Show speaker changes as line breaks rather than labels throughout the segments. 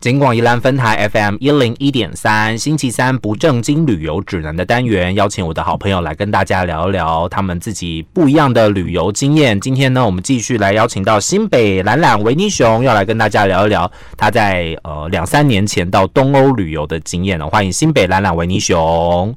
尽管宜兰分台 FM 一零一点三，星期三不正经旅游指南的单元，邀请我的好朋友来跟大家聊一聊他们自己不一样的旅游经验。今天呢，我们继续来邀请到新北懒懒维尼熊，要来跟大家聊一聊他在呃两三年前到东欧旅游的经验了。欢迎新北懒懒维尼熊。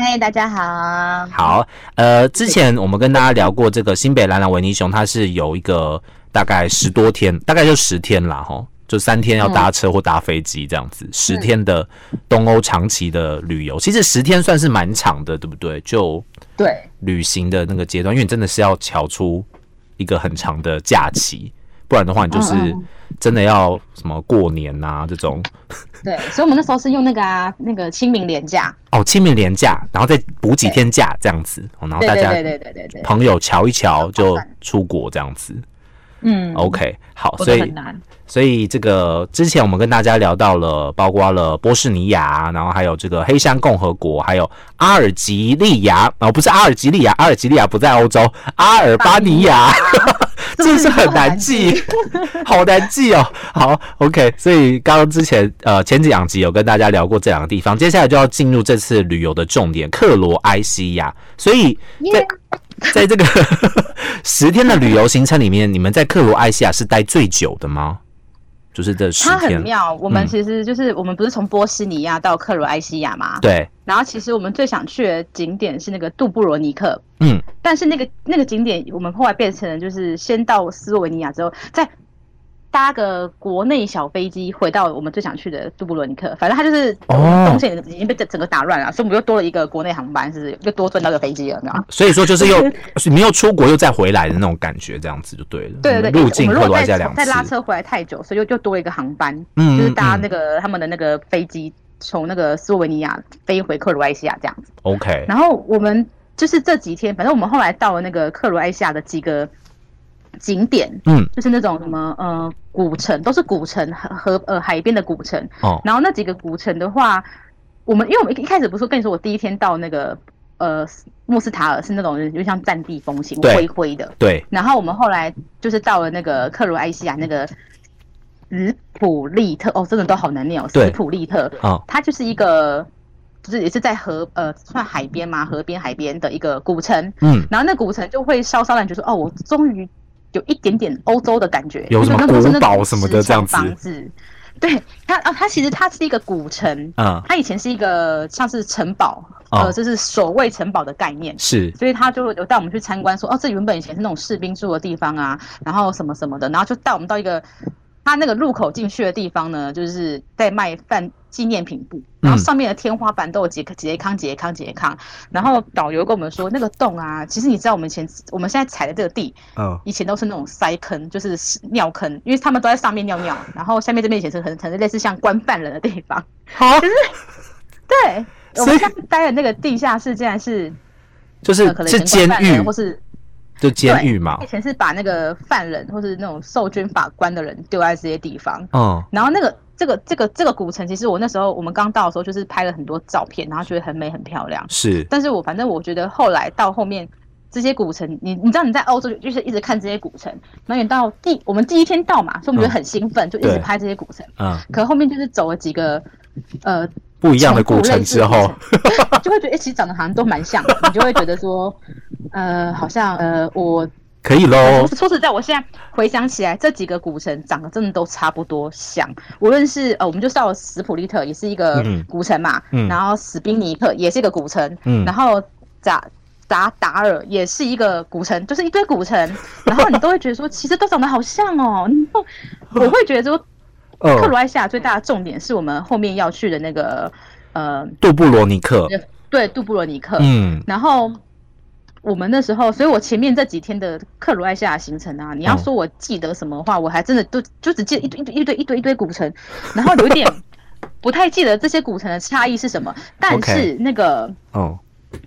嗨，大家好。
好，呃，之前我们跟大家聊过这个新北兰兰维尼熊，它是有一个大概十多天，大概就十天啦，吼，就三天要搭车或搭飞机这样
嗯
子，十天的东欧长期的旅游，其实十天算是蛮长的，对不对？就
对，
旅行的那个阶段，因为你真的是要瞧出一个很长的假期，不然的话你就是
嗯嗯嗯
真的要什么过年呐、这种
对，所以我们那时候是用那个啊，那个清明廉价。
哦，清明连假，然后再补几天假这样子，哦然后
对
大
对
家
对对对对对，
朋友瞧一瞧就出国这样子。
嗯
OK，好，
我
哦所
觉得很
以
难。
所以这个之前我们跟大家聊到了，包括了波士尼亚，然后还有这个黑山共和国，还有阿尔及利亚，哦，不是阿尔及利亚，阿尔及利亚不在欧洲，阿尔巴尼亚，
这
真
不
是
是
很
很
难
难
记，好难记哦。好，OK，所以刚刚之前呃前几两集有跟大家聊过这两个地方，接下来就要进入这次旅游的重点——克罗埃西亚，所以。
耶，
在这个 十天的旅游行程里面，你们在克罗埃西亚是待最久的吗？就是这十
它很
天，
妙。我们
嗯
其实就是、我们不是从波斯尼亚到克罗埃西亚嘛？
对，
然后其实我们最想去的景点是那个杜布罗尼克，
嗯，
但是那个那个景点我们后来变成了就是先到斯洛文尼亚之后，再搭个国内小飞机回到我们最想去的杜布罗尼克。反正它就是
哦
我们动线已经被整整个打乱了，所以我们又多了一个国内航班，是不是又多赚到一个飞机了，你知道吗？
所以说就是又是你又出国又再回来的那种感觉，这样子就对了。
对对
你们
对，
入境
我们
克
如
罗
果
埃西亚
再
两
再拉
次，
车回来太久，所以又又多了一个航班，
嗯
就是搭那
嗯
个他们的那个飞机从那个斯洛文尼亚飞回克罗埃西亚这样子。
OK，
然后我们就是这几天，反正我们后来到了那个克罗埃西亚的几个景点，
嗯，
就是那种什么呃古城，都是古城和呃海边的古城。
哦，
然后那几个古城的话，我们因为我们一一开始不是跟你说，我第一天到那个呃穆斯塔尔是那种有点像战地风情，
对
灰灰的。
对，
然后我们后来就是到了那个克罗埃西亚那个斯普利特，哦，真的都好难念哦，
对
斯普利特，
哦，
它就是一个，就是也是在河呃算海边嘛，河边海边的一个古城，
嗯，
然后那古城就会稍稍让你觉得说，哦，我终于有一点点欧洲的感觉，
有什么
就是
古
那
堡什么的这样子
就是那种石头房子，对它啊，它其实它是一个古城，
嗯，
它以前是一个像是城堡，
哦
呃，就是守卫城堡的概念。
是，
所以他就有带我们去参观说，哦，这原本以前是那种士兵住的地方啊，然后什么什么的，然后就带我们到一个他那个入口进去的地方呢，就是在卖饭纪念品部，
嗯
然后上面的天花板都有杰克杰康杰康杰康，然后导游跟我们说那个洞啊，其实你知道我们以前我们现在踩的这个地，
嗯，
以前都是那种塞坑，就是尿坑，因为他们都在上面尿尿，然后下面这边以前是很很类似像关犯人的地方，
好，
对。我
所以
们现在待的那个地下室，竟然是
就是
呃可能
是
以前
监
关犯人
狱哦
或，是
就监狱嘛
以，前是把那个犯人或是那种受军法官的人丢在这些地方，
嗯，
然后那个这个这个这个古城，其实我那时候我们刚到的时候，就是拍了很多照片，然后觉得很美很漂亮。
是，
但是我反正我觉得后来到后面这些古城，你你知道你在欧洲就是一直看这些古城，然后你到第我们第一天到嘛，所以我们觉得很兴奋，就一直
嗯对
拍这些古城。
嗯，
可后面就是走了几个呃
不一样的古城之后，
重复类似的古城，就会觉得、欸、其实长得好像都蛮像的，你就会觉得说，呃，好像呃我
可以喽
说。说实在，我现在回想起来，这几个古城长得真的都差不多像，无论是呃，我们就到了史普利特，也是一个
嗯
古城嘛，
嗯
然后史宾尼克也是一个古城，
嗯
然后扎扎达尔也是一个古城，就是一堆古城，然后你都会觉得说，其实都长得好像哦，然后我会觉得说，克罗
嗯，
埃西亚最大的重点是我们后面要去的那个呃，
杜布罗尼克，
对，杜布罗尼克，
嗯，
然后我们那时候，所以我前面这几天的克罗埃西亚行程
哦
啊，你要说我记得什么话，我还真的都就只记得一堆一堆一堆一堆一堆古城，然后有一点不太记得这些古城的差异是什么。但
OK
是那个
哦，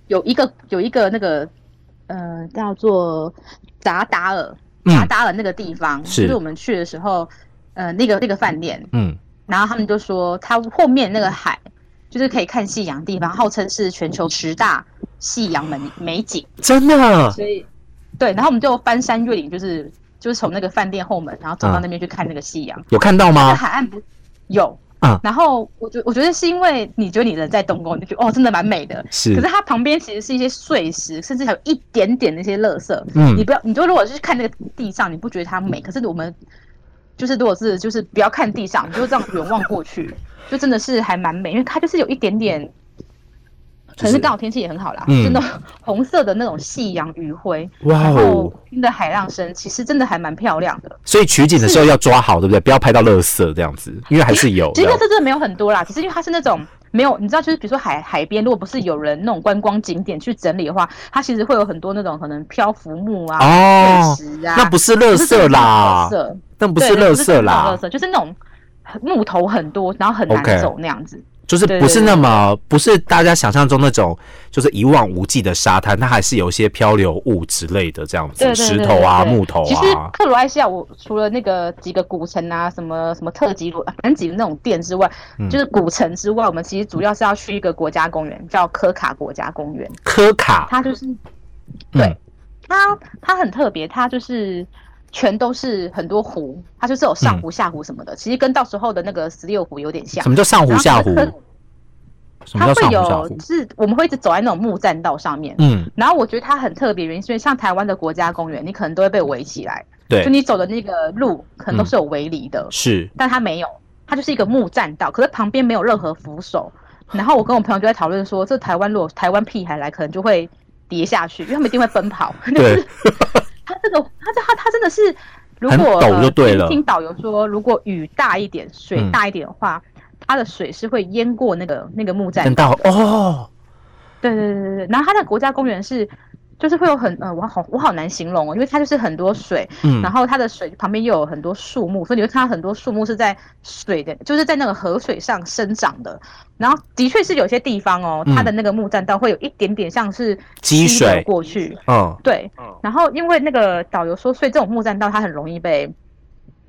有一个有一个那个呃叫做扎达尔
嗯
扎达尔那个地方，
是
就是我们去的时候，呃那个那个饭店，
嗯，
然后他们就说，它后面那个海就是可以看夕阳的地方，号称是全球十大夕阳美美景，
真的，
所以对，然后我们就翻山越岭，就是就是从那个饭店后门，然后走到那边去看那个夕阳。
有看到吗
那？海岸不有，
嗯
然后我觉我觉得是因为你觉得你人在东宫，你就觉得哦，真的蛮美的。
是
可是它旁边其实是一些碎石，甚至还有一点点那些垃圾。
嗯
你不要，你就如果是看那个地上，你不觉得它美，可是我们就是如果是就是不要看地上，你就这样远望 过去，就真的是还蛮美，因为它就是有一点点。
就
可能
是
是刚好天气也很好啦，
嗯
真的红色的那种夕阳余晖，
哇
然后
哦！
听的海浪声，其实真的还蛮漂亮的。
所以取景的时候要抓好，对不对？不要拍到垃圾这样子，因为还是有
其实
的
这。真的没有很多啦，只是因为它是那种没有，你知道，就是比如说海海边，如果不是有人那种观光景点去整理的话，它其实会有很多那种可能漂浮木啊、
哦
碎石啊，
那不是垃圾啦，那不
不
是
是真的
垃
垃圾，对对不是
圾
真的垃
啦，
圾就是那种木头很多，然后很
OK
难走那样子。
就是
对
不是
对
那
对
么不是大家想象中那种就是一望无际的沙滩，它还是有一些漂流物之类的这样
对
子，石
对对对
头啊、
对
木头
其实
啊。
克罗埃西亚，我除了那个几个古城啊，什么什么特级罗，反正几个那种店之外，
嗯
就是古城之外，我们其实主要是要去一个国家公园，叫科卡国家公园。
科卡，
它就是
嗯
对它它很特别，它就是全都是很多湖，它就是有上湖、下湖什么的，其实跟到时候的那个十六湖有点像
嗯什。么叫上湖
然后
下湖？
科
什么叫
它会
上湖下
有
湖？
是我们会一直走在那种木栈道上面。
嗯，
然后我觉得它很特别，原因是因为像台湾的国家公园，你可能都会被围起来，就
对，嗯
你走的那个路可能都是有围篱的，
是
但它没有，它就是一个木栈道，可是旁边没有任何扶手。然后我跟我朋友就在讨论说，这台湾如果台湾屁孩来，可能就会跌下去，因为他们一定会奔跑。
对，
它这个，它这它它真的是，如
很
果
陡
呃
就对
听
了
听导游说，如果雨大一点，水
嗯
大一点的话，它的水是会淹过那个那个木栈
等
道。
到哦，
对对对对对。然后它的国家公园是，就是会有很呃，我好我好难形容哦，因为它就是很多水，
嗯
然后它的水旁边又有很多树木，所以你会看到很多树木是在水的，就是在那个河水上生长的。然后的确是有些地方哦，它的那个木栈道会有一点点像是
嗯积
溪流
水
过去，
嗯，
对，然后因为那个导游说，所以这种木栈道它很容易被，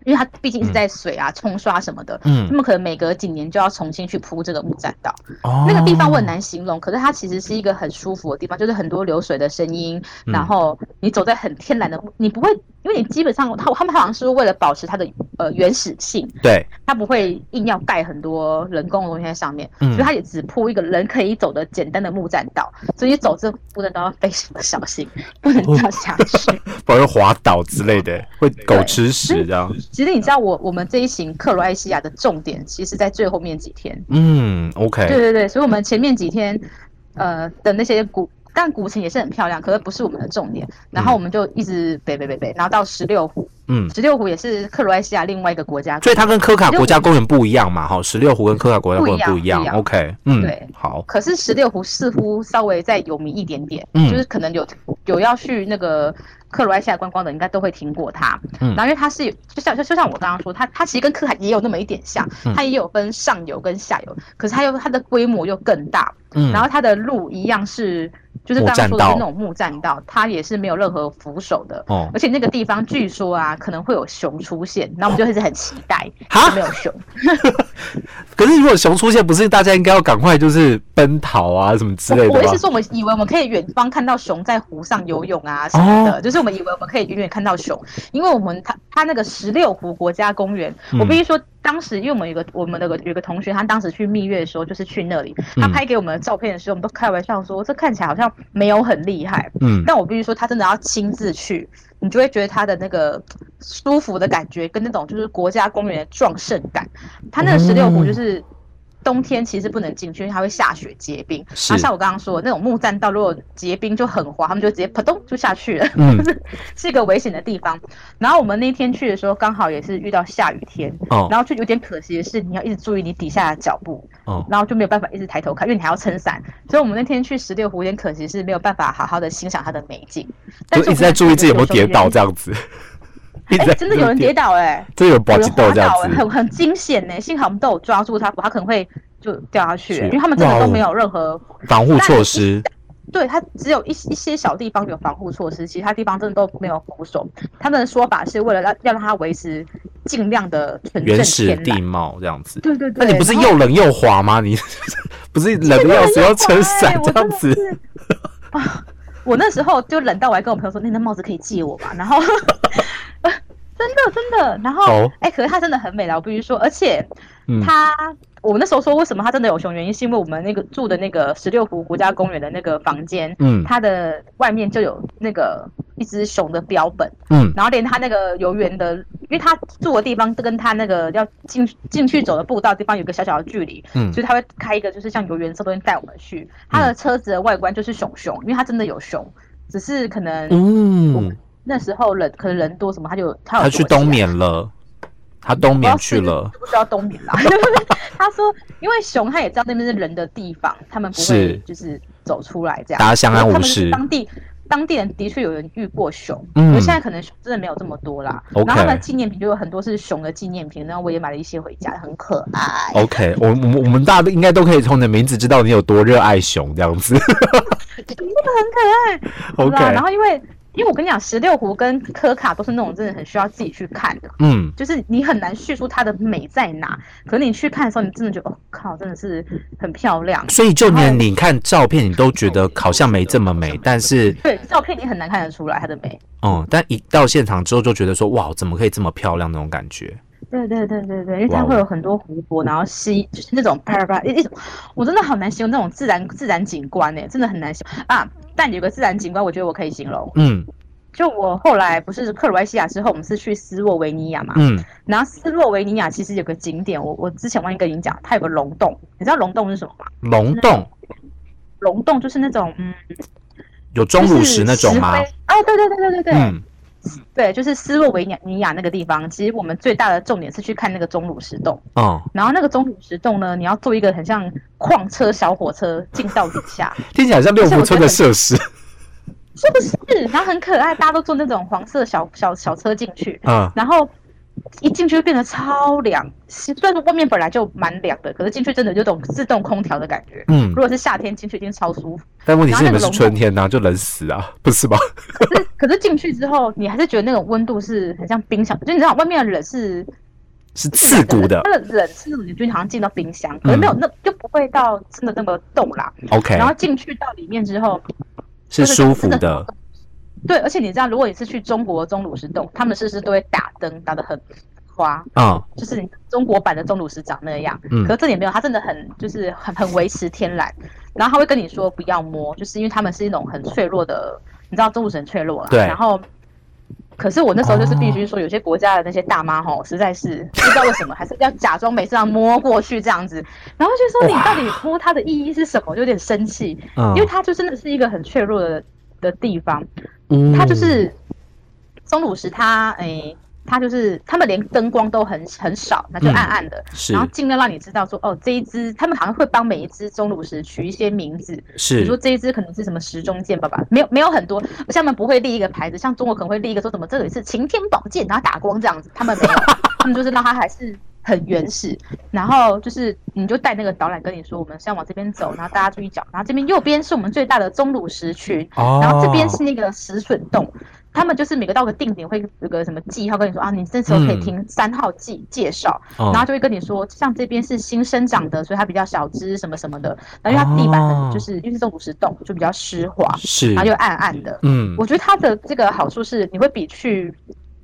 因为它毕竟一直在水啊、冲刷什么的，
嗯
他们可能每隔几年就要重新去铺这个木栈道。
哦，
那个地方我很难形容，可是它其实是一个很舒服的地方，就是很多流水的声音，
嗯
然后你走在很天然的，你不会，因为你基本上它他们好像是为了保持它的呃原始性，
对，
它不会硬要盖很多人工的东西在上面，
嗯
所以它也只铺一个人可以走的简单的木栈道，所以走这木栈道要非常的小心， 不能掉下去。
不然会滑倒之类的，会狗吃屎这样。
其实你知道我我们这一行克罗埃西亚的重点，其实在最后面几天，
嗯
对
，OK，
对对，所以我们前面几天，呃的那些古，但古城也是很漂亮，可是不是我们的重点。然后我们就一直北北北北，然后到十六湖，
嗯，
十六湖也是克罗埃西亚另外一个国家，
所以它跟科卡国家公园不一样嘛，哈，十六湖跟科卡国家公园不一样
不一样
，OK，嗯，
对
好，
可是十六湖似乎稍微再有名一点点，
嗯
就是可能有有要去那个克罗埃西亚观光的，应该都会听过它。
嗯
然后因为它是就像就就像我刚刚说，它它其实跟可海也有那么一点像
嗯，
它也有分上游跟下游，可是它又它的规模又更大，
嗯，
然后它的路一样是就是刚刚说的是那种木栈道，它也是没有任何扶手的。
哦，
而且那个地方据说啊，可能会有熊出现，然后我们就一直很期待，
哈
有没有熊。
可是如果熊出现，不是大家应该要赶快就是奔逃啊什么之类
我我
的
意
吗
思？说，我们以为我们可以远方看到熊在湖上游泳啊什么的，
哦
就是我们以为我们可以远远看到熊，因为我们它它那个十六湖国家公园，
嗯
我必须说，当时因为我们有个我们那个有个同学，他当时去蜜月的时候就是去那里，他
嗯
拍给我们的照片的时候，我们都开玩笑说这看起来好像没有很厉害，
嗯，
但我必须说，他真的要亲自去，你就会觉得他的那个舒服的感觉，跟那种就是国家公园的壮盛感。他那个十
哦
六湖就是冬天其实不能进去，因为它会下雪结冰。
是
那像我刚刚说的那种木栈道，如果结冰就很滑，他们就直接扑通就下去了，
嗯
就是是一个危险的地方。然后我们那天去的时候，刚好也是遇到下雨天，
哦
然后就有点可惜的是，你要一直注意你底下的脚步，
哦，
然后就没有办法一直抬头看，因为你还要撑伞。所以我们那天去十六湖，有点可惜是没有办法好好的欣赏它的美景。但
就是一直在注意自己有没有跌倒这
样。
样子，一直
哎、
在
真的有人跌，倒哎、
真的有人
有
拔
人
起豆
滑
啊这样
倒哎、
子，
很 很惊险呢。幸好我们都有抓住他，不然他可能会就掉下去、
是
因为他们真
哇
的
哦
都没有任何，
防护措施，
对他只有一一些小地方有防护措施，其他地方真的都没有扶手。他们的说法是为了让要让它维持尽量的纯正
原始
天
地
然。
貌这样子。
对对
那
对，
你不是
然后
又冷又滑吗？你 不是冷的要死，要撑伞这样
哎我
子？
真的是。啊，我那时候就冷到我还跟我朋友说：“那那帽子可以借我吗？”然后。 真的真的。然后哎、
哦
可是它真的很美啦，我必须说，而且
嗯
它。我那时候说为什么它真的有熊，原因是因为我们那个住的那个十六湖国家公园的那个房间，
嗯
它的外面就有那个一只熊的标本，
嗯
然后连它那个游园的，因为它住的地方跟它那个要进进去走的步道地方有个小小的距离，
嗯
所以他会开一个就是像游园车东西带我们去。它的车子的外观就是熊熊，因为它真的有熊，只是可能
嗯，
那时候人可能人多什么，他就他有
他
躲
去
起来
冬，眠了，他冬眠去了
我，不知道是不是要 冬眠啦。他说，因为熊他也知道那边是人的地方，他们不
是啊
会就是走出来这样。
大家相安
他
无
们是
事。
当地当地人的确有人遇过熊，
嗯
因为现在可能熊真的没有这么多啦。
OK
然后他们的纪念品就有很多是熊的纪念品，然后我也买了一些回家，很可爱。
OK，我我们我们大家都应该都可以从你的名字知道你有多热爱熊这样 子。
不知
OK，
道啊然后因为因为我跟你讲，十六湖跟科卡都是那种真的很需要自己去看的，
嗯
就是你很难叙述它的美在哪。可是你去看的时候，你真的觉得，哦靠，真的是很漂亮。
所以就连你看照片，你都觉得好像没这么美，但是
对，照片你很难看得出来它的美。
嗯，但一到现场之后就觉得说，哇，怎么可以这么漂亮那种感觉？
对对对对对，因为它
哇哦
会有很多湖泊，然后溪就是那种啪啪啪，一一种，我真的很难形容那种自然自然景观呢、真的很难形容啊。但有个自然景观，我觉得我可以形容。
嗯
就我后来不是克罗埃西亚之后，我们是去斯洛维尼亚嘛，
嗯，
然后斯洛维尼亚其实有个景点，我我之前忘记跟你讲，它有个龙洞，你知道龙洞是什么吗？
龙洞
龙洞就是那种嗯，
有钟乳石那种吗
就？是石灰？哦，对对对对对对、
嗯
对，就是斯洛维尼亚那个地方，其实我们最大的重点是去看那个钟乳石洞，
哦，
然后那个钟乳石洞呢，你要坐一个很像矿车小火车进到底 下，
听起来像六福村的设施。
是不是？然后很可爱，大家都坐那种黄色小小小车进去，
嗯
然后一进去就变得超凉，虽然说外面本来就蛮凉的，可是进去真的有种自动空调的感觉。
嗯
如，果是夏天进去一定超舒服，
但问题是你们是春天呐、就冷死啊， 不是吧？
可 是可是进去之后，你还是觉得那种温度是很像冰箱，就你知道外面的冷是
是刺骨的。嗯
它的冷是那种你就好像进到冰箱，可是没有那就不会到真的那么冻啦。
OK，
然后进去到里面之后，
是舒服
真
的。。
对，而且你知道，如果你是去中国钟乳石洞，他们是不是都会打灯，打得很花，
嗯
就是你中国版的钟乳石长那样。
嗯
可是这里没有，它真的很就是很很维持天然，然后他会跟你说不要摸，就是因为他们是一种很脆弱的，你知道中午是很脆弱啦。
对
然后，可是我那时候就是必须说，有些国家的那些大妈吼，实在是不知道为什么，还是要假装没事让摸过去这样子，然后就说你到底摸它的意义是什么，就有点生气，
嗯，
因为它就真的是一个很脆弱的的地方。
为
它就是钟乳石它，诶，它就是他们连灯光都很很少，那就暗暗的，
是
然后尽量让你知道说，哦，这一只他们好像会帮每一只钟乳石取一些名字，比如说
是
这一只可能是什么石中剑爸爸，没有没有很多，他们不会立一个牌子，像中国可能会立一个说什么这里是擎天宝剑，然后打光这样子，他们没 有，他们就是让它还是。很原始，然后就是你就带那个导览跟你说，我们先往这边走，然后大家注意脚，然后这边右边是我们最大的钟乳石群，
哦，
然后这边是那个石笋洞，他们就是每个到个定点会有个什么记号跟你说啊，你这时候可以
嗯
听三号记介绍，
嗯，
然后就会跟你说，像这边是新生长的，所以它比较小只什么什么的，然后因为它地板
哦
很就是因为是钟乳石洞就比较湿滑，
是
然后就暗暗的。
嗯
我觉得它的这个好处是，你会比去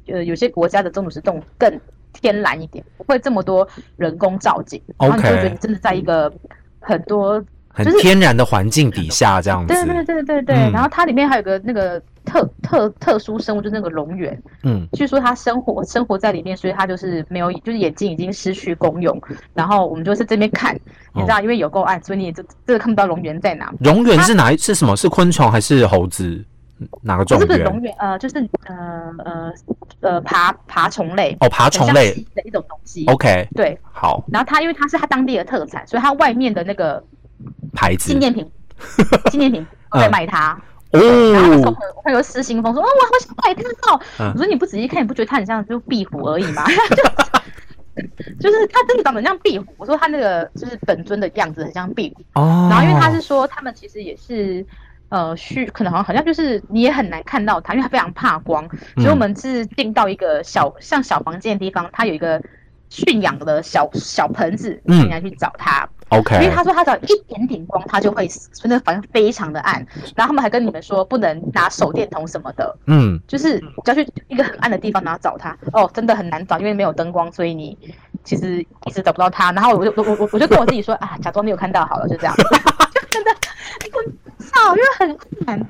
呃有些国家的钟乳石洞更天然一点，不会这么多人工造景，然后你就会觉得
OK
你真的在一个很多
很
就是
天然的环境底下这样子，
对对对对对，
嗯
然后它里面还有个那个特特特殊生物，就是那个龙源，
嗯
据说它生活生活在里面，所以它就是没有，就是眼睛已经失去功用。然后我们就是这边看，你
哦
知道，因为有够暗，所以你也就这个看不到龙源在哪。
蝾螈是哪一是什么？是昆虫还是猴子？哪个
不
种
是不是
螈
龙？源，呃，就是呃呃呃爬爬虫类，
哦，爬
很像
虫类哦
蜥。蜴的一种东西。
OK，
对，
好，
然后它因为它是它当地的特产，所以它外面的那个
牌子
纪念品，纪 念品都
嗯
在卖它。然后那时候
哦，
会会有失心疯说，哦，我好想买它哦。
嗯
我说你不仔细看，你不觉得它很像就壁虎而已吗？ 就是它真的长得很像壁虎。我说它那个就是本尊的样子很像壁虎。
哦，
然后因为它是说他们其实也是。呃，虚可能好像好像就是你也很难看到它，因为它非常怕光，所以我
嗯
们是进到一个小像小房间的地方，它有一个驯养的小小盆子，
嗯
你来去找它。因为
OK，
他说他只要一点点光，他就会死，所以那房间非常的暗。然后他们还跟你们说不能拿手电筒什么的，
嗯，
就是你要去一个很暗的地方，然后找他。哦，真的很难找，因为没有灯光，所以你其实一直找不到他。然后我就我我我就跟我自己说 啊，假装你有看到好了，就这样。 就真的很少，因为很暗，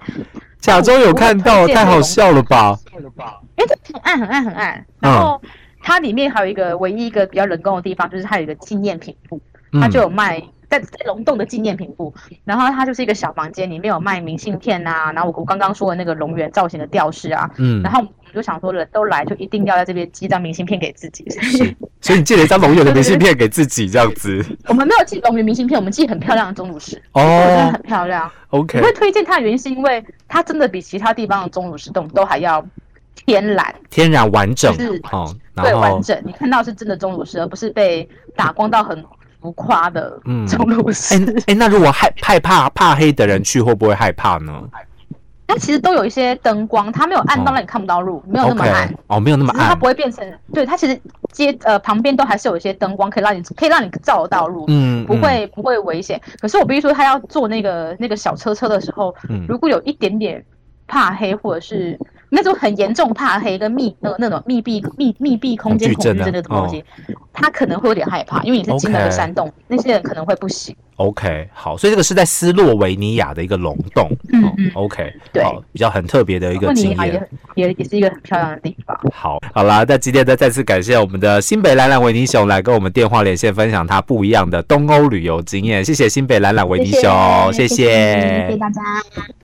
假装有看到，
我推荐
太好笑了吧？
因为很暗很暗很暗。然后它里面还有一个唯一一个比较人工的地方，就是它有一个纪念品部。他
嗯
就有卖在在龙洞的纪念品部，然后它就是一个小房间，里面有卖明信片啊，然后我我刚刚说的那个龙源造型的吊饰啊，
嗯
然，后我们就想说人都来就一定要在这边寄张明信片给自己， 所以
所以你寄了一张龙友的明信片给自己，这样子
我们没有寄龙源明信片，我们寄很漂亮的钟乳石，我觉得
哦
很漂亮。
，OK，
我会推荐它的原因是因为它真的比其他地方的钟乳石洞都还要天然，
天然完整
就是
哦，
对，
然
完
后
整，你看到是真的钟乳石，而不是被打光到很浮夸的
嗯
钟乳石。
哎哎，那如果害害怕怕黑的人去会不会害怕呢
它其实都有一些灯光，它没有暗到让你看不到路，没有那么暗，
？OK，哦，没有那么
只是它
暗
不，会变成对它其实街呃旁边都还是有一些灯光可以让你可以让你照得到路，
嗯，
不会不会危险。可是我必须说，他要坐那个那个小车车的时候，
嗯，嗯
如果有一点点怕黑或者是那种很严重怕黑跟密呃那那种密闭密密闭空间
恐惧
恐惧
症啊
症这种东西，他可能会有点害怕，因为你是进了
OK
个山洞，那些人可能会不行。
OK，好，所以这个是在斯洛维尼亚的一个龙洞，
嗯
哦
嗯
OK，
对
好，比较很特别的一个
问
经
尼亚也
验。
很也也是一个很漂亮的地方。
好，好啦，那今天呢，再次感谢我们的新北懒懒维尼熊来跟我们电话连线，分享他不一样的东欧旅游经验。谢谢新北懒懒维尼熊，
谢
谢
谢大家。